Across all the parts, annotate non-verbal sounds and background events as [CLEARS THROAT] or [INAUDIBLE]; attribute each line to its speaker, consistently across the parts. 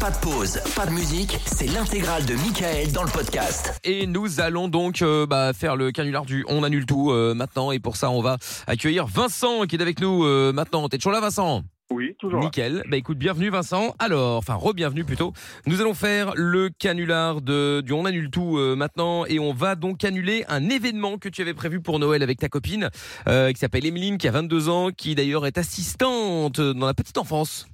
Speaker 1: Pas de pause, pas de musique, c'est l'intégrale de Michael dans le podcast.
Speaker 2: Et nous allons donc euh, bah, faire le canular du On annule tout euh, maintenant. Et pour ça, on va accueillir Vincent qui est avec nous euh, maintenant. T'es toujours là, Vincent
Speaker 3: Oui, toujours. là.
Speaker 2: Nickel. Bah écoute, bienvenue Vincent. Alors, enfin re-bienvenue plutôt. Nous allons faire le canular de, du On annule tout euh, maintenant et on va donc annuler un événement que tu avais prévu pour Noël avec ta copine euh, qui s'appelle Emeline, qui a 22 ans, qui d'ailleurs est assistante dans la petite enfance.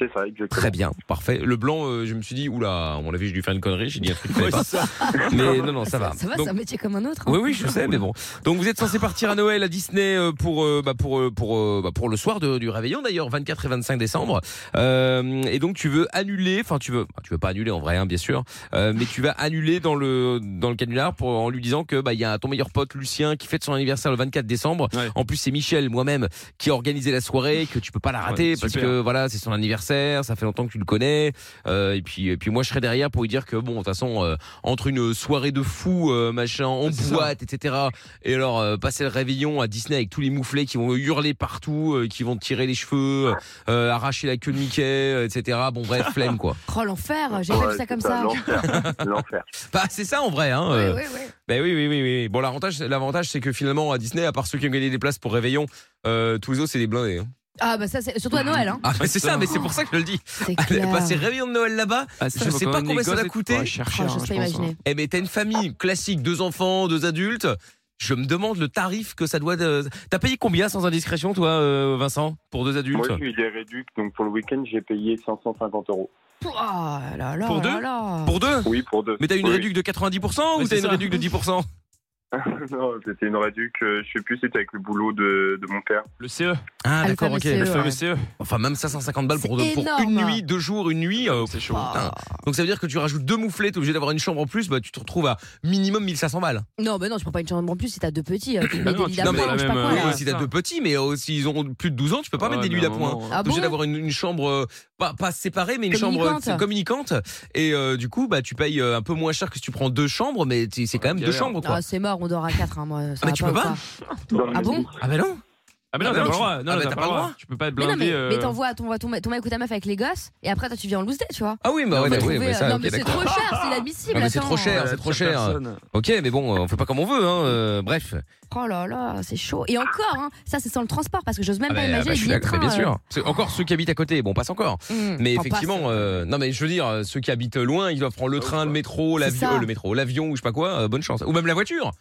Speaker 3: C'est ça, exactement.
Speaker 2: Très bien, parfait. Le blanc, euh, je me suis dit, oula, à mon avis, j'ai dû faire une connerie, j'ai dit un truc que je savais pas. Mais non, non, Ah, ça va.
Speaker 4: Ça va,
Speaker 2: Donc,
Speaker 4: c'est un métier comme un autre. hein.
Speaker 2: oui, oui, je sais, mais bon. Donc vous êtes censé partir à Noël à Disney euh, pour euh, bah, pour euh, pour euh, bah, pour le soir de- du réveillon d'ailleurs, 24 et 25 décembre. Euh, et donc tu veux annuler, enfin tu veux, bah, tu veux pas annuler en vrai, hein, bien sûr, euh, mais tu vas annuler dans le dans le canular pour en lui disant que bah il y a ton meilleur pote Lucien qui fête son anniversaire le 24 décembre.
Speaker 5: Ouais.
Speaker 2: En plus c'est Michel, moi-même, qui a organisé la soirée, que tu peux pas la rater
Speaker 5: Ouais,
Speaker 2: parce
Speaker 5: super.
Speaker 2: que voilà c'est son anniversaire, ça fait longtemps que tu le connais. Euh, et puis et puis moi je serai derrière pour lui dire que bon de toute façon euh, entre une soirée de fou euh, machin en
Speaker 5: c'est ça.
Speaker 2: boîte etc et alors euh, passer le réveillon à Disney avec tous les mouflets qui vont hurler partout euh, qui vont te tirer les cheveux euh, arracher la queue de Mickey euh, etc bon bref flemme quoi
Speaker 4: Oh l'enfer, j'ai pas
Speaker 3: Ouais,
Speaker 4: vu ça comme
Speaker 3: c'est
Speaker 4: ça. [LAUGHS]
Speaker 3: L'enfer. l'enfer.
Speaker 2: [LAUGHS] bah c'est ça en vrai hein
Speaker 4: Ouais,
Speaker 2: euh.
Speaker 4: ouais, ouais.
Speaker 2: Ben oui, oui, oui, oui. Bon, l'avantage, l'avantage, c'est que finalement, à Disney, à part ceux qui ont gagné des places pour Réveillon, euh, tous les autres, c'est des blindés. hein.
Speaker 4: Ah bah ça c'est surtout à Noël hein.
Speaker 2: Ah, mais c'est ça, mais c'est pour ça que je le dis.
Speaker 4: C'est
Speaker 2: Allez,
Speaker 4: clair.
Speaker 2: [LAUGHS] Passer Réveillon de Noël là-bas, je sais pas combien ça va coûter.
Speaker 4: Oh, j'ose pas imaginer.
Speaker 2: Eh ben t'as une famille classique, deux enfants, deux adultes. Je me demande le tarif que ça doit. de- T'as payé combien sans indiscrétion, toi, euh, Vincent, pour deux adultes
Speaker 3: Moi, je suis des réduits, donc pour le week-end, j'ai payé 550 euros.
Speaker 4: Oh là là.
Speaker 2: Pour
Speaker 4: là
Speaker 2: deux
Speaker 4: là.
Speaker 2: Pour deux
Speaker 3: Oui, pour deux.
Speaker 2: Mais t'as une
Speaker 3: Oui.
Speaker 2: réduction de 90% ou
Speaker 5: Ouais, c'est
Speaker 2: t'as une
Speaker 5: ça.
Speaker 2: réduction de 10%
Speaker 3: [LAUGHS] Non, c'était une réduc, euh, je sais plus, c'était avec le boulot de, de mon père.
Speaker 5: Le E. CE,
Speaker 2: Ah
Speaker 4: Alpha
Speaker 2: d'accord, ok.
Speaker 4: BCE,
Speaker 5: le
Speaker 4: ouais.
Speaker 5: fameux CE.
Speaker 2: Enfin même 550 balles pour,
Speaker 4: C'est
Speaker 2: pour une
Speaker 4: énorme.
Speaker 2: nuit, deux jours, une nuit. euh,
Speaker 5: C'est chaud.
Speaker 4: Oh.
Speaker 2: putain. donc ça veut dire que tu rajoutes deux mouflets, t'es obligé d'avoir une chambre en plus, bah tu te retrouves à minimum 1500 balles.
Speaker 4: Non mais non, je prends pas une chambre en plus si t'as deux petits. hein. Tu
Speaker 5: Bah
Speaker 4: mets
Speaker 5: non,
Speaker 4: des lits
Speaker 5: tu mets
Speaker 4: d'appoint,
Speaker 5: la
Speaker 4: je sais
Speaker 5: même,
Speaker 4: pas quoi,
Speaker 5: euh,
Speaker 2: oui,
Speaker 4: là.
Speaker 2: mais si t'as
Speaker 5: ça.
Speaker 2: deux petits, mais euh, s'ils ont plus de 12 ans, tu peux pas
Speaker 5: Oh,
Speaker 2: mettre des nuits d'appoint. hein.
Speaker 4: Ah
Speaker 2: T'es obligé
Speaker 4: bon
Speaker 2: d'avoir une, une chambre euh, pas, pas séparée mais une chambre
Speaker 4: Communicante.
Speaker 2: euh, communicante et euh, du coup bah tu payes euh, un peu moins cher que si tu prends deux chambres mais t- c'est quand
Speaker 5: Ouais,
Speaker 2: même deux
Speaker 5: galère.
Speaker 2: chambres quoi.
Speaker 4: Ah, c'est mort, on dort à 4 hein, moi. ça
Speaker 2: Ah, mais
Speaker 4: va
Speaker 2: tu peux
Speaker 4: ou
Speaker 2: pas
Speaker 3: Dans le
Speaker 4: Ah bon
Speaker 3: même lit.
Speaker 2: Ah bah non.
Speaker 5: Ah, mais non,
Speaker 2: Ah,
Speaker 5: t'as pas
Speaker 2: non,
Speaker 5: le
Speaker 2: tu-
Speaker 5: droit.
Speaker 2: ah,
Speaker 5: Non,
Speaker 2: bah,
Speaker 5: t'as pas le droit. Tu peux pas être
Speaker 4: Mais non mais,
Speaker 5: blindé. euh,
Speaker 4: mais t'envoies à ton, ton, ton mec ou ta meuf avec les gosses et après toi tu viens en loose day, tu vois.
Speaker 2: Ah oui bah ouais,
Speaker 4: Faut
Speaker 2: bah, oui,
Speaker 4: trouver,
Speaker 2: mais
Speaker 4: euh,
Speaker 2: ça
Speaker 4: non
Speaker 2: ok
Speaker 4: mais c'est
Speaker 2: d'accord.
Speaker 4: trop cher, c'est inadmissible.
Speaker 2: Non, mais c'est
Speaker 4: attends.
Speaker 2: trop cher.
Speaker 5: la
Speaker 2: c'est trop
Speaker 5: pire
Speaker 2: cher.
Speaker 5: personne.
Speaker 2: Ok mais bon euh, on fait pas comme on veut hein. euh, bref.
Speaker 4: Oh là là, c'est chaud. Et encore, hein, ça c'est sans le transport parce que j'ose même
Speaker 2: Ah
Speaker 4: pas
Speaker 2: bah, bah,
Speaker 4: imaginer
Speaker 2: je
Speaker 4: les
Speaker 2: suis
Speaker 4: billets de
Speaker 2: d'accord,
Speaker 4: train.
Speaker 2: mais bien sûr. C'est Encore ceux qui habitent à côté, bon passe encore.
Speaker 4: euh, hmm,
Speaker 2: Mais
Speaker 4: enfin,
Speaker 2: effectivement,
Speaker 4: passe.
Speaker 2: euh, non mais je veux dire, euh, ceux qui habitent loin, ils doivent prendre le
Speaker 3: Ah oui,
Speaker 2: train, le
Speaker 3: quoi.
Speaker 2: métro,
Speaker 4: C'est
Speaker 2: l'avion,
Speaker 4: ça.
Speaker 2: euh, le métro, l'avion ou je sais pas quoi. euh, bonne chance. Ou même la voiture.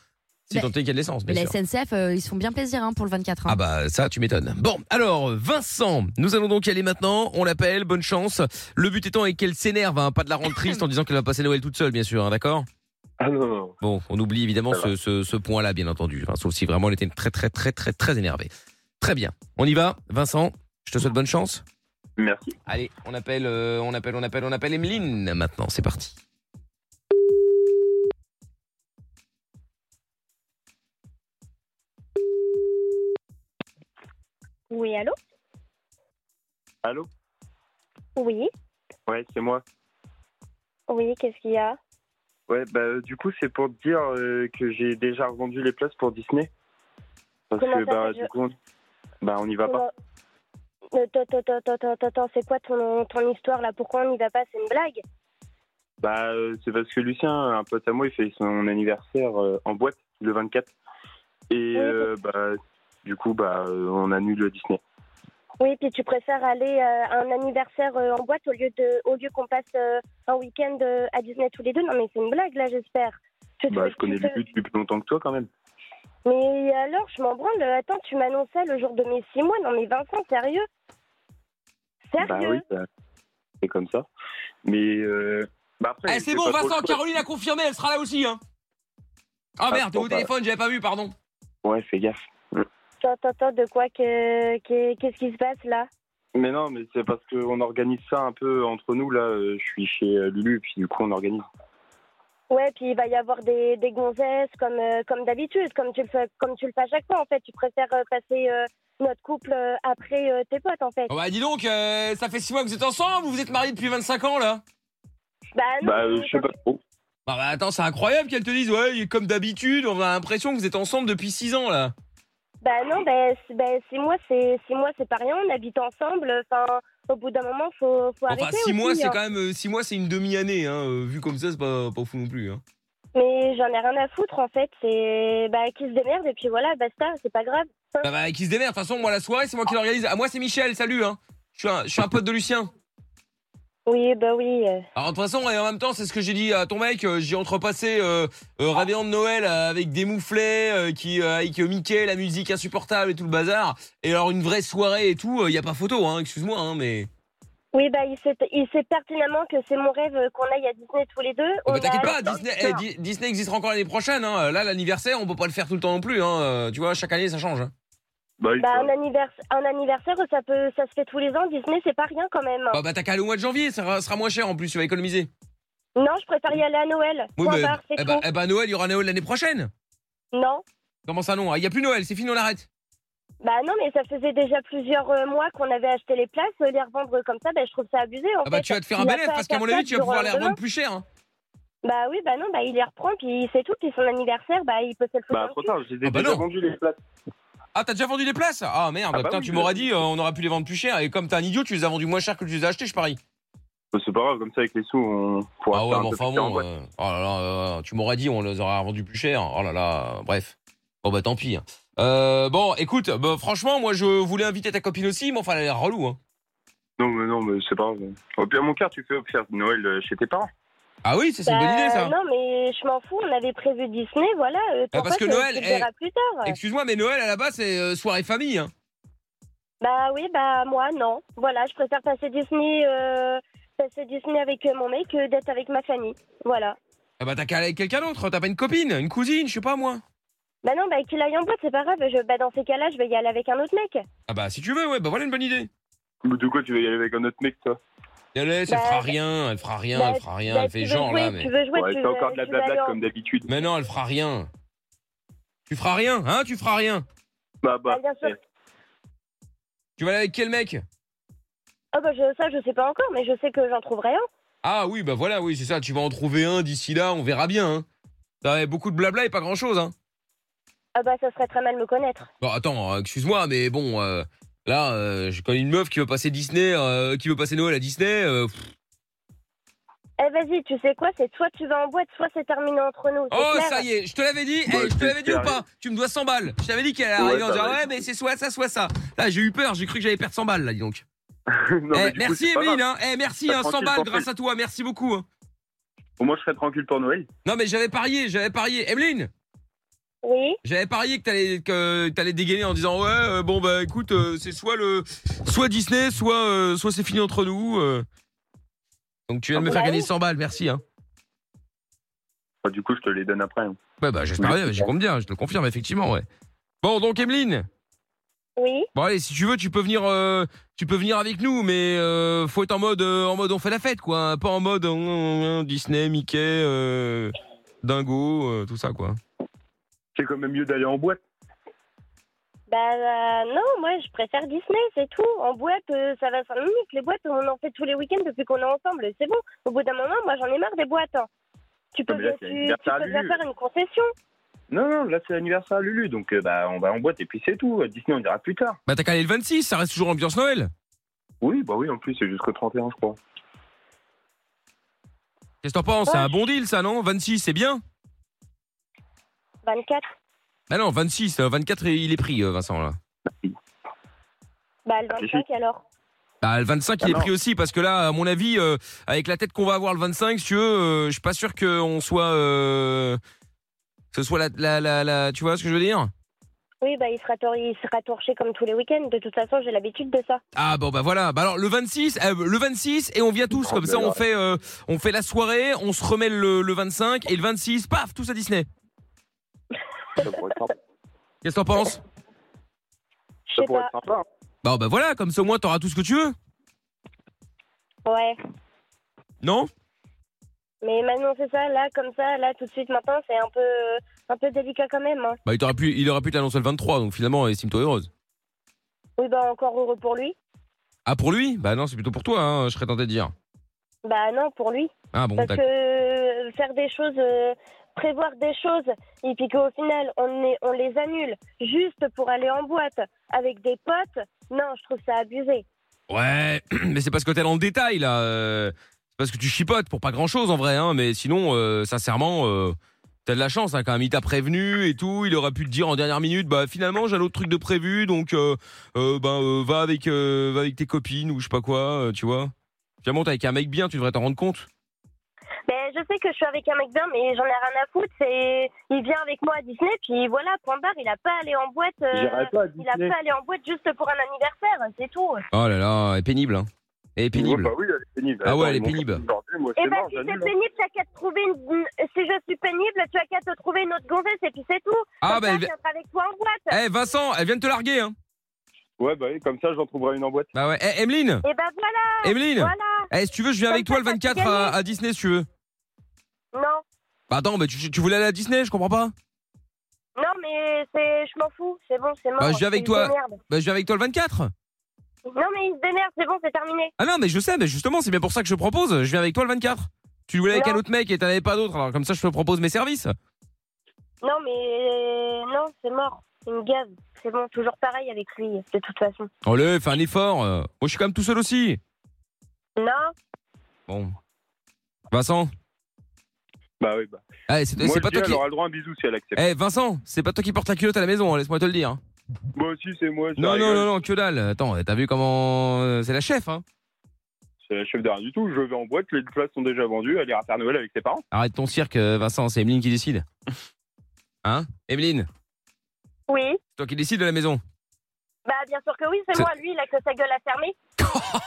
Speaker 2: Si
Speaker 4: Mais-
Speaker 2: tant est qu'il y a de l'essence.
Speaker 4: Mais
Speaker 2: Bien
Speaker 4: la
Speaker 2: sûr.
Speaker 4: SNCF, euh, ils se font bien plaisir hein, pour le 24. hein.
Speaker 2: Ah bah ça, tu m'étonnes. Bon, alors Vincent, nous allons donc y aller maintenant. On l'appelle. Bonne chance. Le but étant est qu'elle s'énerve, hein, pas de la rendre triste en disant qu'elle va passer Noël toute seule, bien sûr. hein, D'accord.
Speaker 3: Ah non, non, non.
Speaker 2: Bon, on oublie évidemment
Speaker 3: Ça
Speaker 2: ce, ce- ce point-là, bien entendu. Enfin, sauf si vraiment elle était très très très très très énervée. Très bien. On y va, Vincent. Je te souhaite bonne chance.
Speaker 3: Merci.
Speaker 2: Allez, on appelle, euh, on appelle, on appelle, on appelle Emeline maintenant. C'est parti.
Speaker 6: Oui, allô
Speaker 3: Allô
Speaker 6: Oui,
Speaker 3: Ouais, c'est moi.
Speaker 6: oui, qu'est-ce qu'il y a
Speaker 3: Ouais, bah euh, du coup, c'est pour te dire euh, que j'ai déjà revendu les places pour Disney. Parce
Speaker 6: Comment
Speaker 3: que,
Speaker 6: ça,
Speaker 3: bah,
Speaker 6: je-
Speaker 3: du coup, on... bah, on y va pas.
Speaker 6: Comment- Euh, Attends, attends, attends, attends, attends, attends, c'est quoi ton, ton histoire là Pourquoi on n'y va pas C'est une blague
Speaker 3: Bah, euh, c'est parce que Lucien, un pote à moi, il fait son anniversaire euh, en boîte le 24. Et euh, bah, du coup, bah, euh, on annule le Disney.
Speaker 6: Oui, puis tu préfères aller euh, à un anniversaire euh, en boîte au lieu, de, au lieu qu'on passe euh, un week-end euh, à Disney tous les deux Non, mais c'est une blague là, j'espère. Tu te
Speaker 3: Bah,
Speaker 6: fais
Speaker 3: je connais
Speaker 6: kiffer.
Speaker 3: Lucu depuis plus longtemps que toi, quand même.
Speaker 6: Mais alors, je m'en branle. euh, Attends, tu m'annonçais le jour de mes six mois. Non, mais Vincent, sérieux Sérieux
Speaker 3: Bah oui, bah, c'est comme ça. Mais euh, bah après,
Speaker 2: Eh,
Speaker 3: j'ai pas trop le choix.
Speaker 2: a confirmé, elle sera là aussi. Hein.
Speaker 3: Ah, merde, bon, au bah. téléphone,
Speaker 2: j'avais pas vu, pardon.
Speaker 3: Ouais, fais gaffe.
Speaker 6: Attends, attends, attends, de quoi que- que- Qu'est-ce qui se passe là
Speaker 3: Mais non, mais c'est parce qu'on organise ça un peu entre nous là. euh, Je suis chez euh, Lulu, puis du coup on organise.
Speaker 6: Ah Ouais, puis il va y avoir des, des gonzesses comme, euh, comme d'habitude, comme tu le fais comme tu le fais à chaque fois en fait. Tu préfères euh, passer euh, notre couple euh, après euh, tes potes en fait.
Speaker 2: bah dis donc, ça fait 6 mois que vous êtes ensemble, vous vous êtes mariés depuis 25 ans là
Speaker 6: Bah non,
Speaker 3: Bah, euh,
Speaker 6: mais
Speaker 3: je sais pas trop.
Speaker 2: Bah, bah, attends, c'est incroyable qu'elle te dise, ouais, comme d'habitude, on a l'impression que vous êtes ensemble depuis 6 ans là.
Speaker 6: Bah non, bah, c'est bah, six mois, c'est six mois, c'est pas rien. On habite ensemble. Enfin, au bout d'un moment, faut, faut arrêter.
Speaker 2: Enfin, six mois,
Speaker 6: aussi,
Speaker 2: c'est
Speaker 6: hein.
Speaker 2: quand même euh, six mois, c'est une demi-année. Hein. euh, Vu comme ça, c'est pas, pas fou non plus. Hein.
Speaker 6: Mais j'en ai rien à foutre en fait. C'est bah qui se démerde et puis voilà, basta. C'est pas grave.
Speaker 2: Bah, bah, qui se démerde. De toute façon, moi, la soirée, c'est moi qui l'organise. À moi, c'est Michel. Salut. Hein. Je suis, un, je suis un pote de Lucien.
Speaker 6: Oui, bah oui. euh.
Speaker 2: Alors, de toute façon, et en même temps, c'est ce que j'ai dit à ton mec. euh, J'ai entrepassé euh, euh, réveillon de Noël euh, avec des mouflets, euh, qui, euh, avec euh, Mickey, la musique insupportable et tout le bazar. Et alors, une vraie soirée et tout, il n'y a pas photo, hein, excuse-moi, hein, mais.
Speaker 6: Oui, bah il sait, il sait pertinemment que c'est mon rêve euh, qu'on aille à Disney tous les deux.
Speaker 2: Oh,
Speaker 6: On
Speaker 2: bah,
Speaker 6: a-
Speaker 2: T'inquiète pas, Disney, eh, Di- Disney existera encore l'année prochaine. Hein. Là, l'anniversaire, on peut pas le faire tout le temps non plus. Hein. euh, Tu vois, chaque année, ça change. hein.
Speaker 3: Bah, oui,
Speaker 6: Bah
Speaker 3: ça-
Speaker 6: un anniversaire, un anniversaire, ça peut, ça se fait tous les ans. Disney, c'est pas rien quand même.
Speaker 2: Bah, bah t'as qu'à aller au mois de janvier, ça sera- sera moins cher en plus, tu vas économiser.
Speaker 6: Non, je préfère y aller à Noël.
Speaker 2: Oui,
Speaker 6: Point
Speaker 2: mais-
Speaker 6: barre, c'est
Speaker 2: eh
Speaker 6: tout.
Speaker 2: bah, eh bah, Noël, il y aura Noël l'année prochaine.
Speaker 6: Non.
Speaker 2: Comment ça, non Ah, Il n'y a plus Noël, c'est fini, on arrête.
Speaker 6: Bah non, mais ça faisait déjà plusieurs euh, mois qu'on avait acheté les places. euh, Les revendre comme ça, bah, je trouve ça abusé. En
Speaker 2: Ah bah,
Speaker 6: fait.
Speaker 2: tu vas te faire un
Speaker 6: Il y a
Speaker 2: bel F,
Speaker 6: pas
Speaker 2: parce qu'à mon avis, tu vas
Speaker 6: personne
Speaker 2: pouvoir les
Speaker 6: durant
Speaker 2: revendre plus cher. hein.
Speaker 6: Bah oui, bah non, bah il les reprend, puis c'est tout. Puis son anniversaire, bah il peut se le foutre.
Speaker 3: Bah, trop tard, j'ai
Speaker 2: Ah bah
Speaker 3: déjà
Speaker 2: non.
Speaker 3: vendu les places.
Speaker 2: Ah, t'as déjà vendu des places Ah merde,
Speaker 3: Ah bah
Speaker 2: putain,
Speaker 3: oui,
Speaker 2: tu
Speaker 3: je-
Speaker 2: m'aurais dit, euh, on aurait pu les vendre plus cher. Et comme t'es un idiot, tu les as vendus moins cher que tu les as achetés, je parie.
Speaker 3: Bah, c'est pas grave, comme ça, avec les sous, on pourra
Speaker 2: Ah ouais,
Speaker 3: faire un
Speaker 2: mais
Speaker 3: peu
Speaker 2: enfin
Speaker 3: plus en
Speaker 2: bon.
Speaker 3: boîte.
Speaker 2: euh, oh là là, euh, tu m'aurais dit, on les aurait vendus plus cher. Oh là là, euh, bref. Bon bah tant pis. hein. Euh, bon, écoute, bah, franchement, moi je voulais inviter ta copine aussi, mais enfin elle a l'air relou. Hein.
Speaker 3: Non, mais non, mais c'est pas grave. Au pire, mon cœur, tu fais faire Noël euh, chez tes parents.
Speaker 2: Ah oui, ça, c'est une bonne
Speaker 6: Bah,
Speaker 2: idée ça. Ah,
Speaker 6: Non, mais je m'en fous. On avait prévu Disney, voilà. euh, ton
Speaker 2: parce que
Speaker 6: pote, euh,
Speaker 2: Noël eh,
Speaker 6: tu le
Speaker 2: est-
Speaker 6: verras plus tard.
Speaker 2: Excuse-moi, mais Noël à la base c'est euh, soirée famille. Hein.
Speaker 6: Bah oui, bah moi non. Voilà, je préfère passer Disney, euh, passer Disney avec euh, mon mec que d'être avec ma famille. Voilà.
Speaker 2: Ah bah t'as qu'à aller avec quelqu'un d'autre, t'as pas une copine, une cousine, je sais pas moi.
Speaker 6: Bah non, bah qu'il aille en boîte, c'est pas grave. Je, bah dans ces cas-là, je vais y aller avec un autre mec.
Speaker 2: Ah bah si tu veux, ouais, bah voilà une bonne idée.
Speaker 3: Mais de quoi tu vas y aller avec un autre mec, toi
Speaker 2: Elle, elle, elle
Speaker 6: Bah,
Speaker 2: fera rien, elle fera rien,
Speaker 6: bah,
Speaker 2: elle fera rien,
Speaker 6: Bah,
Speaker 2: elle
Speaker 6: tu
Speaker 2: fait
Speaker 6: veux
Speaker 2: genre
Speaker 6: jouer,
Speaker 2: là, mais.
Speaker 6: Tu veux jouer,
Speaker 3: Ouais,
Speaker 6: tu
Speaker 3: t'as
Speaker 6: veux-
Speaker 3: encore de la
Speaker 6: tu veux aller
Speaker 3: blabla
Speaker 6: en-
Speaker 3: comme d'habitude. [LAUGHS]
Speaker 2: Mais non, elle fera rien. Tu feras rien, hein, tu feras rien.
Speaker 3: Bah,
Speaker 6: Bah,
Speaker 3: bah.
Speaker 6: bien sûr.
Speaker 2: Tu vas aller avec quel mec
Speaker 6: Oh bah je, ça, je sais pas encore, mais je sais que j'en trouverai un.
Speaker 2: Ah oui, bah voilà, oui, c'est ça, tu vas en trouver un d'ici là, on verra bien. Hein. Ça va être beaucoup de blabla et pas grand chose. Hein.
Speaker 6: Ah bah ça serait très mal de me connaître.
Speaker 2: Bon, attends, euh, excuse-moi, mais bon, euh, là, euh, je connais une meuf qui veut passer Disney, euh, qui veut passer Noël à Disney. euh, pff.
Speaker 6: Eh vas-y, tu sais quoi C'est soit tu vas en boîte, soit c'est terminé entre nous.
Speaker 2: Oh, ça y est, je te l'avais dit,
Speaker 3: Bah,
Speaker 2: eh, je te
Speaker 3: c'est
Speaker 2: l'avais dit ou
Speaker 3: sérieux.
Speaker 2: pas Tu me dois 100 balles. Je t'avais dit qu'elle allait arriver
Speaker 3: Ouais,
Speaker 2: en
Speaker 3: bah
Speaker 2: disant,
Speaker 3: ouais.
Speaker 2: ouais, mais c'est soit ça, soit ça. Là, j'ai eu peur, j'ai cru que j'allais perdre 100 balles, là, dis donc.
Speaker 3: Non,
Speaker 2: Eh,
Speaker 3: mais du coup,
Speaker 2: merci,
Speaker 3: c'est pas
Speaker 2: Emeline,
Speaker 3: grave.
Speaker 2: hein. Eh, merci,
Speaker 3: Bah,
Speaker 2: hein, 100
Speaker 3: tranquille,
Speaker 2: balles,
Speaker 3: tranquille.
Speaker 2: grâce à toi, merci beaucoup. hein.
Speaker 3: Au moins, je serai tranquille pour Noël.
Speaker 2: Non, mais j'avais parié, j'avais parié. Emeline
Speaker 6: Oui.
Speaker 2: J'avais parié que t'allais que t'allais dégainer en disant ouais euh, bon bah écoute euh, c'est soit le soit Disney soit euh, soit c'est fini entre nous. euh. Donc tu viens de me
Speaker 6: Ah
Speaker 2: faire
Speaker 6: bon
Speaker 2: gagner 100 balles, merci hein.
Speaker 3: Bah, du coup, je te les donne après. hein.
Speaker 2: Ouais bah j'espère bien, mais j'y compte bien, je te le confirme effectivement ouais. Bon donc Emeline,
Speaker 6: Oui.
Speaker 2: bon allez si tu veux tu peux venir euh, tu peux venir avec nous mais euh, faut être en mode euh, en mode on fait la fête quoi, hein, pas en mode euh, euh, euh, Disney, Mickey, euh, Dingo, euh, tout ça quoi.
Speaker 3: C'est quand même mieux d'aller en boîte.
Speaker 6: Bah euh, non, moi je préfère Disney, c'est tout. En boîte, euh, ça va 5 minutes. Les boîtes, on en fait tous les week-ends depuis qu'on est ensemble. C'est bon. Au bout d'un moment, moi j'en ai marre des boîtes. hein. Tu peux,
Speaker 3: Ah, mais là,
Speaker 6: bien-
Speaker 3: c'est
Speaker 6: tu, tu
Speaker 3: l'anniversaire à
Speaker 6: peux bien
Speaker 3: Lulu.
Speaker 6: faire une concession.
Speaker 3: Non, non, là, c'est l'anniversaire à Lulu, donc euh, bah, on va en boîte et puis c'est tout. À Disney, on ira plus tard.
Speaker 2: Bah t'as qu'à aller le 26, ça reste toujours ambiance Noël.
Speaker 3: Oui, bah oui, en plus, c'est jusqu'au 31, je crois.
Speaker 2: Qu'est-ce que t'en penses C'est un bon deal ça non 26 c'est bien
Speaker 6: 24.
Speaker 2: Bah non, 26, euh, 24, il est pris, euh, Vincent, là.
Speaker 6: Bah le
Speaker 3: Ah, si,
Speaker 6: 25 alors.
Speaker 2: Bah, le 25,
Speaker 3: Ah
Speaker 2: il est
Speaker 3: non.
Speaker 2: pris aussi, parce que là, à mon avis, euh, avec la tête qu'on va avoir le 25, si tu veux, euh, je suis pas sûr qu'on soit... Euh, que ce soit la, la, la, la- Tu vois ce que je veux dire
Speaker 6: Oui, bah il sera, tor- il sera torché comme tous les week-ends. De toute façon, j'ai l'habitude de ça.
Speaker 2: Ah bon, bah voilà. Bah alors, le 26, euh, le 26, et on vient tous,
Speaker 3: Oh,
Speaker 2: comme
Speaker 3: bah
Speaker 2: ça, on
Speaker 3: alors.
Speaker 2: fait, euh, on fait la soirée, on se remet le, le 25, et le 26, paf, tous à Disney.
Speaker 3: Ça pourrait être sympa.
Speaker 2: Qu'est-ce que t'en penses
Speaker 6: Je
Speaker 3: Ça
Speaker 6: sais
Speaker 3: pourrait
Speaker 6: pas. Euh,
Speaker 3: être sympa. hein.
Speaker 2: Bah, bah voilà, comme ça, au moins, t'auras tout ce que tu veux.
Speaker 6: Ouais.
Speaker 2: Non
Speaker 6: Mais maintenant c'est ça, là comme ça, là tout de suite maintenant, c'est un peu, un peu délicat quand même. hein.
Speaker 2: Bah, il, t'aurait pu, il aurait pu te l'annoncer le 23, donc finalement, estime-toi heureuse.
Speaker 6: Oui, bah encore heureux pour lui.
Speaker 2: Ah pour lui Bah non, c'est plutôt pour toi, hein, je serais tenté de dire.
Speaker 6: Bah non, pour lui.
Speaker 2: Ah bon,
Speaker 6: Parce
Speaker 2: d'accord.
Speaker 6: que euh, faire des choses euh, prévoir des choses et puis qu'au final on, est- on les annule juste pour aller en boîte avec des potes, non, je trouve ça abusé.
Speaker 2: Ouais, [CLEARS THROAT] mais c'est parce que t'es dans le détail là. euh, C'est parce que tu chipotes pour pas grand chose en vrai, hein. Mais sinon, euh, sincèrement, euh, t'as de la chance hein, quand même. Il t'a prévenu et tout. Il aurait pu te dire en dernière minute, bah finalement j'ai un autre truc de prévu, donc euh, euh, ben euh, va avec euh, va avec tes copines ou je sais pas quoi, euh, tu vois. Finalement, t'es avec un mec bien, tu devrais t'en rendre compte.
Speaker 6: Mais je sais que je suis avec un mec bien, mais j'en ai rien à foutre. C'est, il vient avec moi à Disney, puis voilà, point barre, il a pas allé en boîte. euh,
Speaker 3: J'irai pas à
Speaker 6: il a
Speaker 3: Disney.
Speaker 6: pas allé en boîte juste pour un anniversaire, c'est tout.
Speaker 2: Oh là là, elle est pénible. Hein. Elle est pénible.
Speaker 3: Ouais, bah oui, elle est pénible.
Speaker 2: Ah ouais,
Speaker 3: Attends,
Speaker 2: elle est
Speaker 3: ils m'ont
Speaker 2: pénible.
Speaker 3: sorti aujourd'hui, moi,
Speaker 6: Et
Speaker 3: c'est
Speaker 6: bah
Speaker 3: mort,
Speaker 6: si c'est
Speaker 3: j'annule, hein.
Speaker 6: pénible, t'as qu'à te trouver une... une- Si je suis pénible, tu as qu'à te trouver une autre gonzesse et puis c'est tout.
Speaker 2: Ah
Speaker 6: Comme
Speaker 2: bah,
Speaker 6: ça,
Speaker 2: elle
Speaker 6: je
Speaker 2: vi-
Speaker 6: viendrai avec toi en boîte.
Speaker 2: eh Vincent, elle vient de te larguer. Hein.
Speaker 3: Ouais, bah oui, comme ça, j'en trouverai une en boîte.
Speaker 2: Bah ouais. Eh, Emeline,
Speaker 6: Et bah voilà,
Speaker 2: Emeline.
Speaker 6: voilà.
Speaker 2: Eh, si tu veux, je viens avec toi le 24 à, à Disney si tu veux.
Speaker 6: Non,
Speaker 2: Bah attends, mais tu, tu voulais aller à Disney, je comprends pas.
Speaker 6: non mais c'est... je m'en fous, c'est bon, c'est mort.
Speaker 2: Bah, je viens avec
Speaker 6: Ils se
Speaker 2: toi.
Speaker 6: démerdent.
Speaker 2: Bah je viens avec toi le 24.
Speaker 6: Non mais il se démerde, c'est bon, c'est terminé.
Speaker 2: Ah non, mais je sais, mais justement, c'est bien pour ça que je propose. Je viens avec toi le 24. Tu voulais avec
Speaker 6: Non.
Speaker 2: un autre mec et t'en avais pas d'autre, alors comme ça je te propose mes services.
Speaker 6: Non mais... euh, Non, c'est mort. Il me gave. C'est bon, toujours pareil avec lui, de toute façon.
Speaker 2: Allez, fais un effort. euh. Moi je suis quand même tout seul aussi.
Speaker 6: Non,
Speaker 2: Bon. Vincent,
Speaker 3: Bah oui, bah.
Speaker 2: eh, c'est
Speaker 3: Moi,
Speaker 2: c'est
Speaker 3: je
Speaker 2: pas
Speaker 3: dis,
Speaker 2: toi qui.
Speaker 3: elle aura le droit à un bisou si elle accepte.
Speaker 2: Eh Vincent, c'est pas toi qui porte la culotte à la maison, hein, laisse-moi te le dire. hein.
Speaker 3: Moi aussi, c'est moi. ça
Speaker 2: Non, non,
Speaker 3: rigole.
Speaker 2: non, non, que dalle. Attends, t'as vu comment. euh, C'est la chef, hein.
Speaker 3: C'est la chef d'art du tout. Je vais en boîte, les places sont déjà vendues. Elle ira faire Noël avec ses parents.
Speaker 2: Arrête ton cirque, euh, Vincent, c'est Emeline qui décide. Hein Emeline, c'est
Speaker 6: oui.
Speaker 2: toi qui décide de la maison.
Speaker 6: Bah bien sûr que oui, c'est
Speaker 2: C'est-
Speaker 6: moi. Lui, il a que sa gueule à fermer.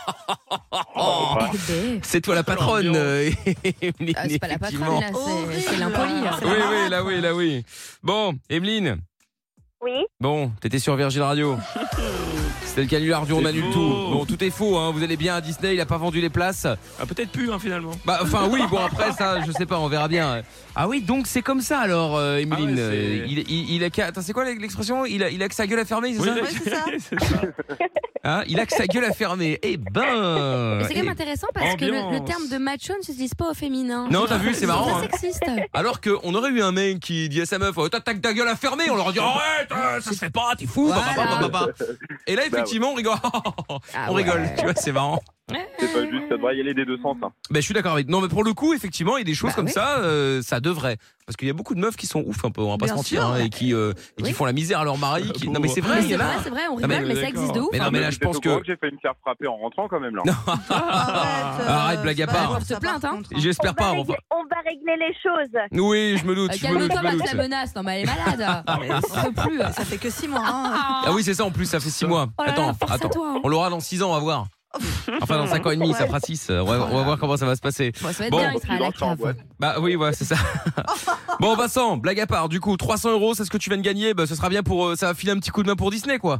Speaker 2: bah.
Speaker 3: Oh.
Speaker 4: Bébé.
Speaker 2: C'est toi la patronne, euh, [LAUGHS] Emeline,
Speaker 4: Ah, c'est pas la patronne,
Speaker 2: effectivement.
Speaker 4: là, c'est-
Speaker 5: Horrible.
Speaker 4: c'est l'impoli. hein. là.
Speaker 2: Oui, oui,
Speaker 7: Ah,
Speaker 2: là, oui, là, oui. Bon, Emeline,
Speaker 6: Oui.
Speaker 2: bon, t'étais sur Virgin
Speaker 7: [LAUGHS]
Speaker 2: Radio. C'était le canular du on
Speaker 7: C'est
Speaker 2: annule
Speaker 7: faux.
Speaker 2: tout. Bon, tout est faux, hein. Vous allez bien à Disney, il a pas vendu les places.
Speaker 7: Ah, peut-être plus, hein, finalement.
Speaker 2: Bah, enfin, oui, bon, après, ça, je sais pas, on verra bien. Ah oui, donc c'est comme ça, alors, euh, Emeline.
Speaker 7: Ah ouais, c'est-
Speaker 2: Euh, il, il, il a qu'à- Attends, c'est quoi l'expression il a, il a que sa gueule à fermer, c'est
Speaker 7: Oui,
Speaker 2: ça
Speaker 5: [LAUGHS]
Speaker 7: c'est ça.
Speaker 2: Hein Il a que sa gueule à fermer. Eh ben.
Speaker 4: Mais c'est quand même intéressant parce que le, le terme de macho ne s'utilise pas au féminin.
Speaker 2: Non, t'as vu, c'est marrant,
Speaker 4: pas
Speaker 2: hein.
Speaker 4: sexiste.
Speaker 2: Alors qu'on aurait eu un mec qui dit à sa meuf, oh, t'attaques ta gueule à fermer, on leur dit, arrête, euh, ça se fait pas, t'es fou, bah, bah, bah, bah, bah. Et là, effectivement, on rigole, [LAUGHS]
Speaker 4: Ah
Speaker 2: on
Speaker 4: ouais.
Speaker 2: rigole, tu vois, c'est marrant.
Speaker 3: C'est pas juste, ça devrait y aller des deux sens. hein.
Speaker 2: Ben, je suis d'accord avec. Non, mais pour le coup, effectivement, il y a des choses
Speaker 4: Bah
Speaker 2: comme
Speaker 4: oui.
Speaker 2: ça, euh, ça devrait. Parce qu'il y a beaucoup de meufs qui sont ouf un peu, on va pas
Speaker 4: Bien
Speaker 2: se mentir,
Speaker 4: sûr,
Speaker 2: hein,
Speaker 4: ouais.
Speaker 2: et qui, euh, et qui
Speaker 4: Oui.
Speaker 2: font la misère à leur mari. qui- Non, mais c'est vrai,
Speaker 4: Mais
Speaker 2: il y
Speaker 4: C'est
Speaker 2: en a.
Speaker 4: vrai, c'est vrai, on
Speaker 2: Ah, mais-
Speaker 4: rigole, mais ça existe de ouf.
Speaker 2: Mais non,
Speaker 4: hein.
Speaker 2: mais là,
Speaker 3: Vous
Speaker 2: je
Speaker 3: êtes
Speaker 2: pense
Speaker 3: au courant
Speaker 2: que-
Speaker 3: J'ai fait me faire frapper en rentrant quand même là.
Speaker 5: Arrête,
Speaker 2: Arrête, blague à
Speaker 5: c'est pas
Speaker 2: part.
Speaker 5: grave, ça
Speaker 4: Se plaint,
Speaker 5: par
Speaker 4: hein.
Speaker 5: contre,
Speaker 2: J'espère
Speaker 6: on va
Speaker 2: pas, mais
Speaker 6: régler-
Speaker 2: enfin.
Speaker 6: on va régler les choses.
Speaker 2: Oui, je me doute,
Speaker 4: Euh,
Speaker 2: je me doute,
Speaker 4: Calme-toi,
Speaker 2: je me
Speaker 4: Max, la
Speaker 2: doute.
Speaker 4: menace. Non, mais elle est malade. On peut plus.
Speaker 5: Ça fait que 6 mois.
Speaker 4: [LAUGHS]
Speaker 5: hein.
Speaker 2: Ah oui, c'est ça, en plus, ça fait 6 mois.
Speaker 4: Oh là là,
Speaker 2: Attends,
Speaker 4: force à
Speaker 2: attends.
Speaker 4: toi, hein.
Speaker 2: On l'aura dans 6 ans, on va
Speaker 4: [LAUGHS]
Speaker 2: voir. Enfin, dans 5 ans et demi, ça fera 6. On va, on va voir comment ça va se passer.
Speaker 4: Bon, ça va être
Speaker 2: Bon,
Speaker 4: bien, il sera à la
Speaker 3: on s'en
Speaker 4: cave.
Speaker 3: boîte.
Speaker 2: Bah oui, ouais,
Speaker 6: [LAUGHS]
Speaker 2: c'est ça. bon, Vincent, blague à part, du coup, 300 euros, c'est ce que tu viens de gagner. Bah, ce sera bien pour. euh, ça va filer un petit coup de main pour Disney, quoi.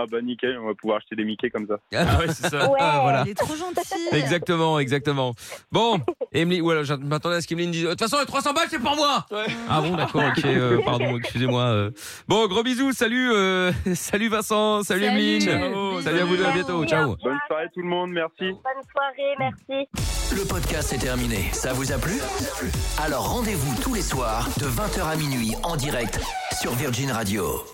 Speaker 3: Ah bah nickel, on va pouvoir acheter des Mickey comme ça.
Speaker 7: Ah, ouais, c'est ça.
Speaker 6: Ouais.
Speaker 2: Ah, voilà.
Speaker 5: Il est trop gentil.
Speaker 2: Exactement, exactement. Bon, Emeline, ou alors je m'attendais à ce qu'Emeline dise. De toute façon, les 300 balles, c'est pour moi Ah bon, d'accord, ok, euh, pardon, excusez-moi. euh. Bon, gros bisous, salut, euh, [LAUGHS] salut Vincent, salut,
Speaker 4: Salut.
Speaker 2: Emeline.
Speaker 4: Ciao.
Speaker 2: Salut à vous deux, à bientôt,
Speaker 6: Merci,
Speaker 2: ciao.
Speaker 6: au revoir.
Speaker 3: Bonne soirée tout le monde, merci.
Speaker 6: Bonne soirée, merci.
Speaker 1: Le podcast est terminé. Ça vous a plu Alors rendez-vous tous les soirs de 20h à minuit en direct sur Virgin Radio.